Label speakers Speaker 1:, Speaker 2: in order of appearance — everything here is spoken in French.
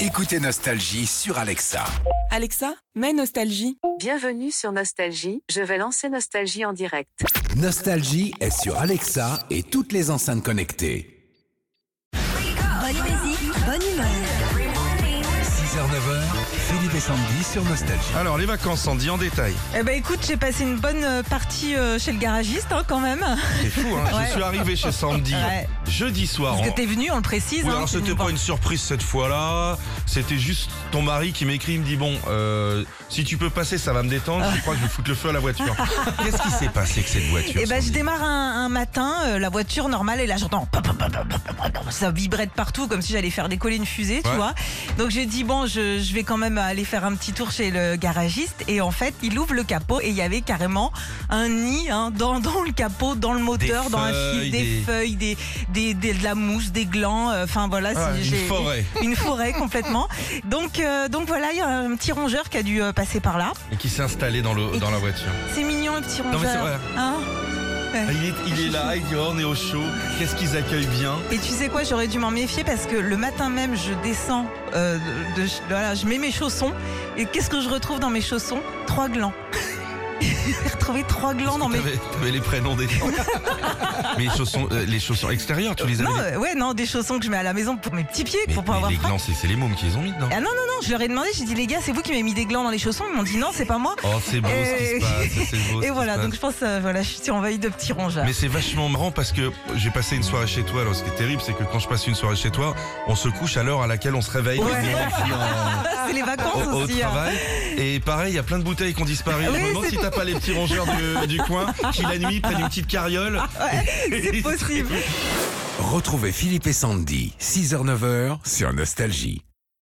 Speaker 1: Écoutez Nostalgie sur Alexa.
Speaker 2: Alexa, mets Nostalgie.
Speaker 3: Bienvenue sur Nostalgie, je vais lancer Nostalgie en direct.
Speaker 1: Nostalgie est sur Alexa et toutes les enceintes connectées.
Speaker 4: Bonne musique, bonne humeur.
Speaker 1: 6h, 9h, Philippe et Sandy sur Nostalgie.
Speaker 5: Alors, les vacances, Sandy, en détail.
Speaker 6: Eh ben écoute, j'ai passé une bonne euh, partie euh, chez le garagiste hein, quand même.
Speaker 5: C'est fou, hein
Speaker 6: Ouais.
Speaker 5: Je suis arrivé chez Sandy
Speaker 6: Ouais.
Speaker 5: jeudi soir.
Speaker 6: Parce que
Speaker 5: en-
Speaker 6: t'es venu, on le précise.
Speaker 5: Oui,
Speaker 6: hein,
Speaker 5: alors
Speaker 6: t'es venu
Speaker 5: c'était pas
Speaker 6: voir.
Speaker 5: une surprise cette fois-là. C'était juste ton mari qui m'écrit, il me dit bon, euh, si tu peux passer, ça va me détendre. Je crois que je vais foutre le feu à la voiture. Qu'est-ce qui s'est passé avec cette voiture
Speaker 6: Eh ben je
Speaker 5: Sandy
Speaker 6: démarre un, un matin, euh, la voiture normale, et là j'entends pop, pop, pop, pop, pop, pop, ça vibrait de partout comme si j'allais faire décoller une fusée, tu
Speaker 5: Ouais.
Speaker 6: vois. Donc j'ai dit bon, je, je vais quand même aller faire un petit tour chez le garagiste, et en fait il ouvre le capot et il y avait carrément un nid hein, dans, dans le capot, dans le moteur, dans un
Speaker 5: feuilles,
Speaker 6: fil, des,
Speaker 5: des-
Speaker 6: feuilles, des, des, des- de la mousse, des glands, euh, enfin voilà.
Speaker 5: Ah,
Speaker 6: c'est-
Speaker 5: une
Speaker 6: j'ai-
Speaker 5: forêt.
Speaker 6: une forêt complètement. Donc, euh, donc voilà, il y a un petit rongeur qui a dû euh, passer par là.
Speaker 5: Et qui s'est installé dans, le,
Speaker 6: Et
Speaker 5: dans
Speaker 6: qui-
Speaker 5: la voiture.
Speaker 6: C'est mignon le petit
Speaker 5: mais
Speaker 6: rongeur.
Speaker 5: c'est vrai.
Speaker 6: Hein
Speaker 5: Ah, Il est, il est là, il dit oh, on est au chaud. Qu'est-ce qu'ils accueillent bien
Speaker 6: et tu sais quoi, j'aurais dû m'en méfier parce que le matin même, je descends, euh, de, de- voilà, je mets mes chaussons et qu'est-ce que je retrouve dans mes chaussons Trois glands. J'ai retrouvé trois glands dans mes.
Speaker 5: T'avais t'avais les prénoms des gens. Mais les chaussons, euh, les chaussons extérieurs, tu les avais
Speaker 6: Non,
Speaker 5: les-
Speaker 6: euh, ouais, non, des chaussons que je mets à la maison pour mes petits pieds,
Speaker 5: Mais,
Speaker 6: pour pas
Speaker 5: mais
Speaker 6: avoir
Speaker 5: les
Speaker 6: froid.
Speaker 5: glands, c'est c'est les mômes qui les ont mis dedans.
Speaker 6: Ah non, non, non, je leur ai demandé, j'ai dit les gars, c'est vous qui m'avez mis des glands dans les chaussons Ils m'ont dit non, c'est pas moi.
Speaker 5: Oh, c'est beau ce qui se
Speaker 6: Et-
Speaker 5: passe, c'est beau. ce qui
Speaker 6: Et
Speaker 5: se
Speaker 6: voilà,
Speaker 5: passe.
Speaker 6: donc je pense, euh, voilà, je suis envahie de petits rongeurs.
Speaker 5: Mais c'est vachement marrant parce que j'ai passé une soirée chez toi. Alors, ce qui est terrible, c'est que quand je passe une soirée chez toi, on se couche à l'heure à laquelle on se réveille
Speaker 6: Ouais.
Speaker 5: le dimanche
Speaker 6: Ah, c'est les
Speaker 5: au,
Speaker 6: vacances
Speaker 5: au
Speaker 6: aussi. hein.
Speaker 5: travail. Et pareil, il y a plein de bouteilles qui ont disparu.
Speaker 6: Oui,
Speaker 5: je me demande
Speaker 6: c'est-
Speaker 5: si t'as pas les petits rongeurs du, du coin qui la nuit prennent une petite carriole.
Speaker 6: C'est possible.
Speaker 1: Retrouvez Philippe et Sandy, 6h, 9h sur Nostalgie.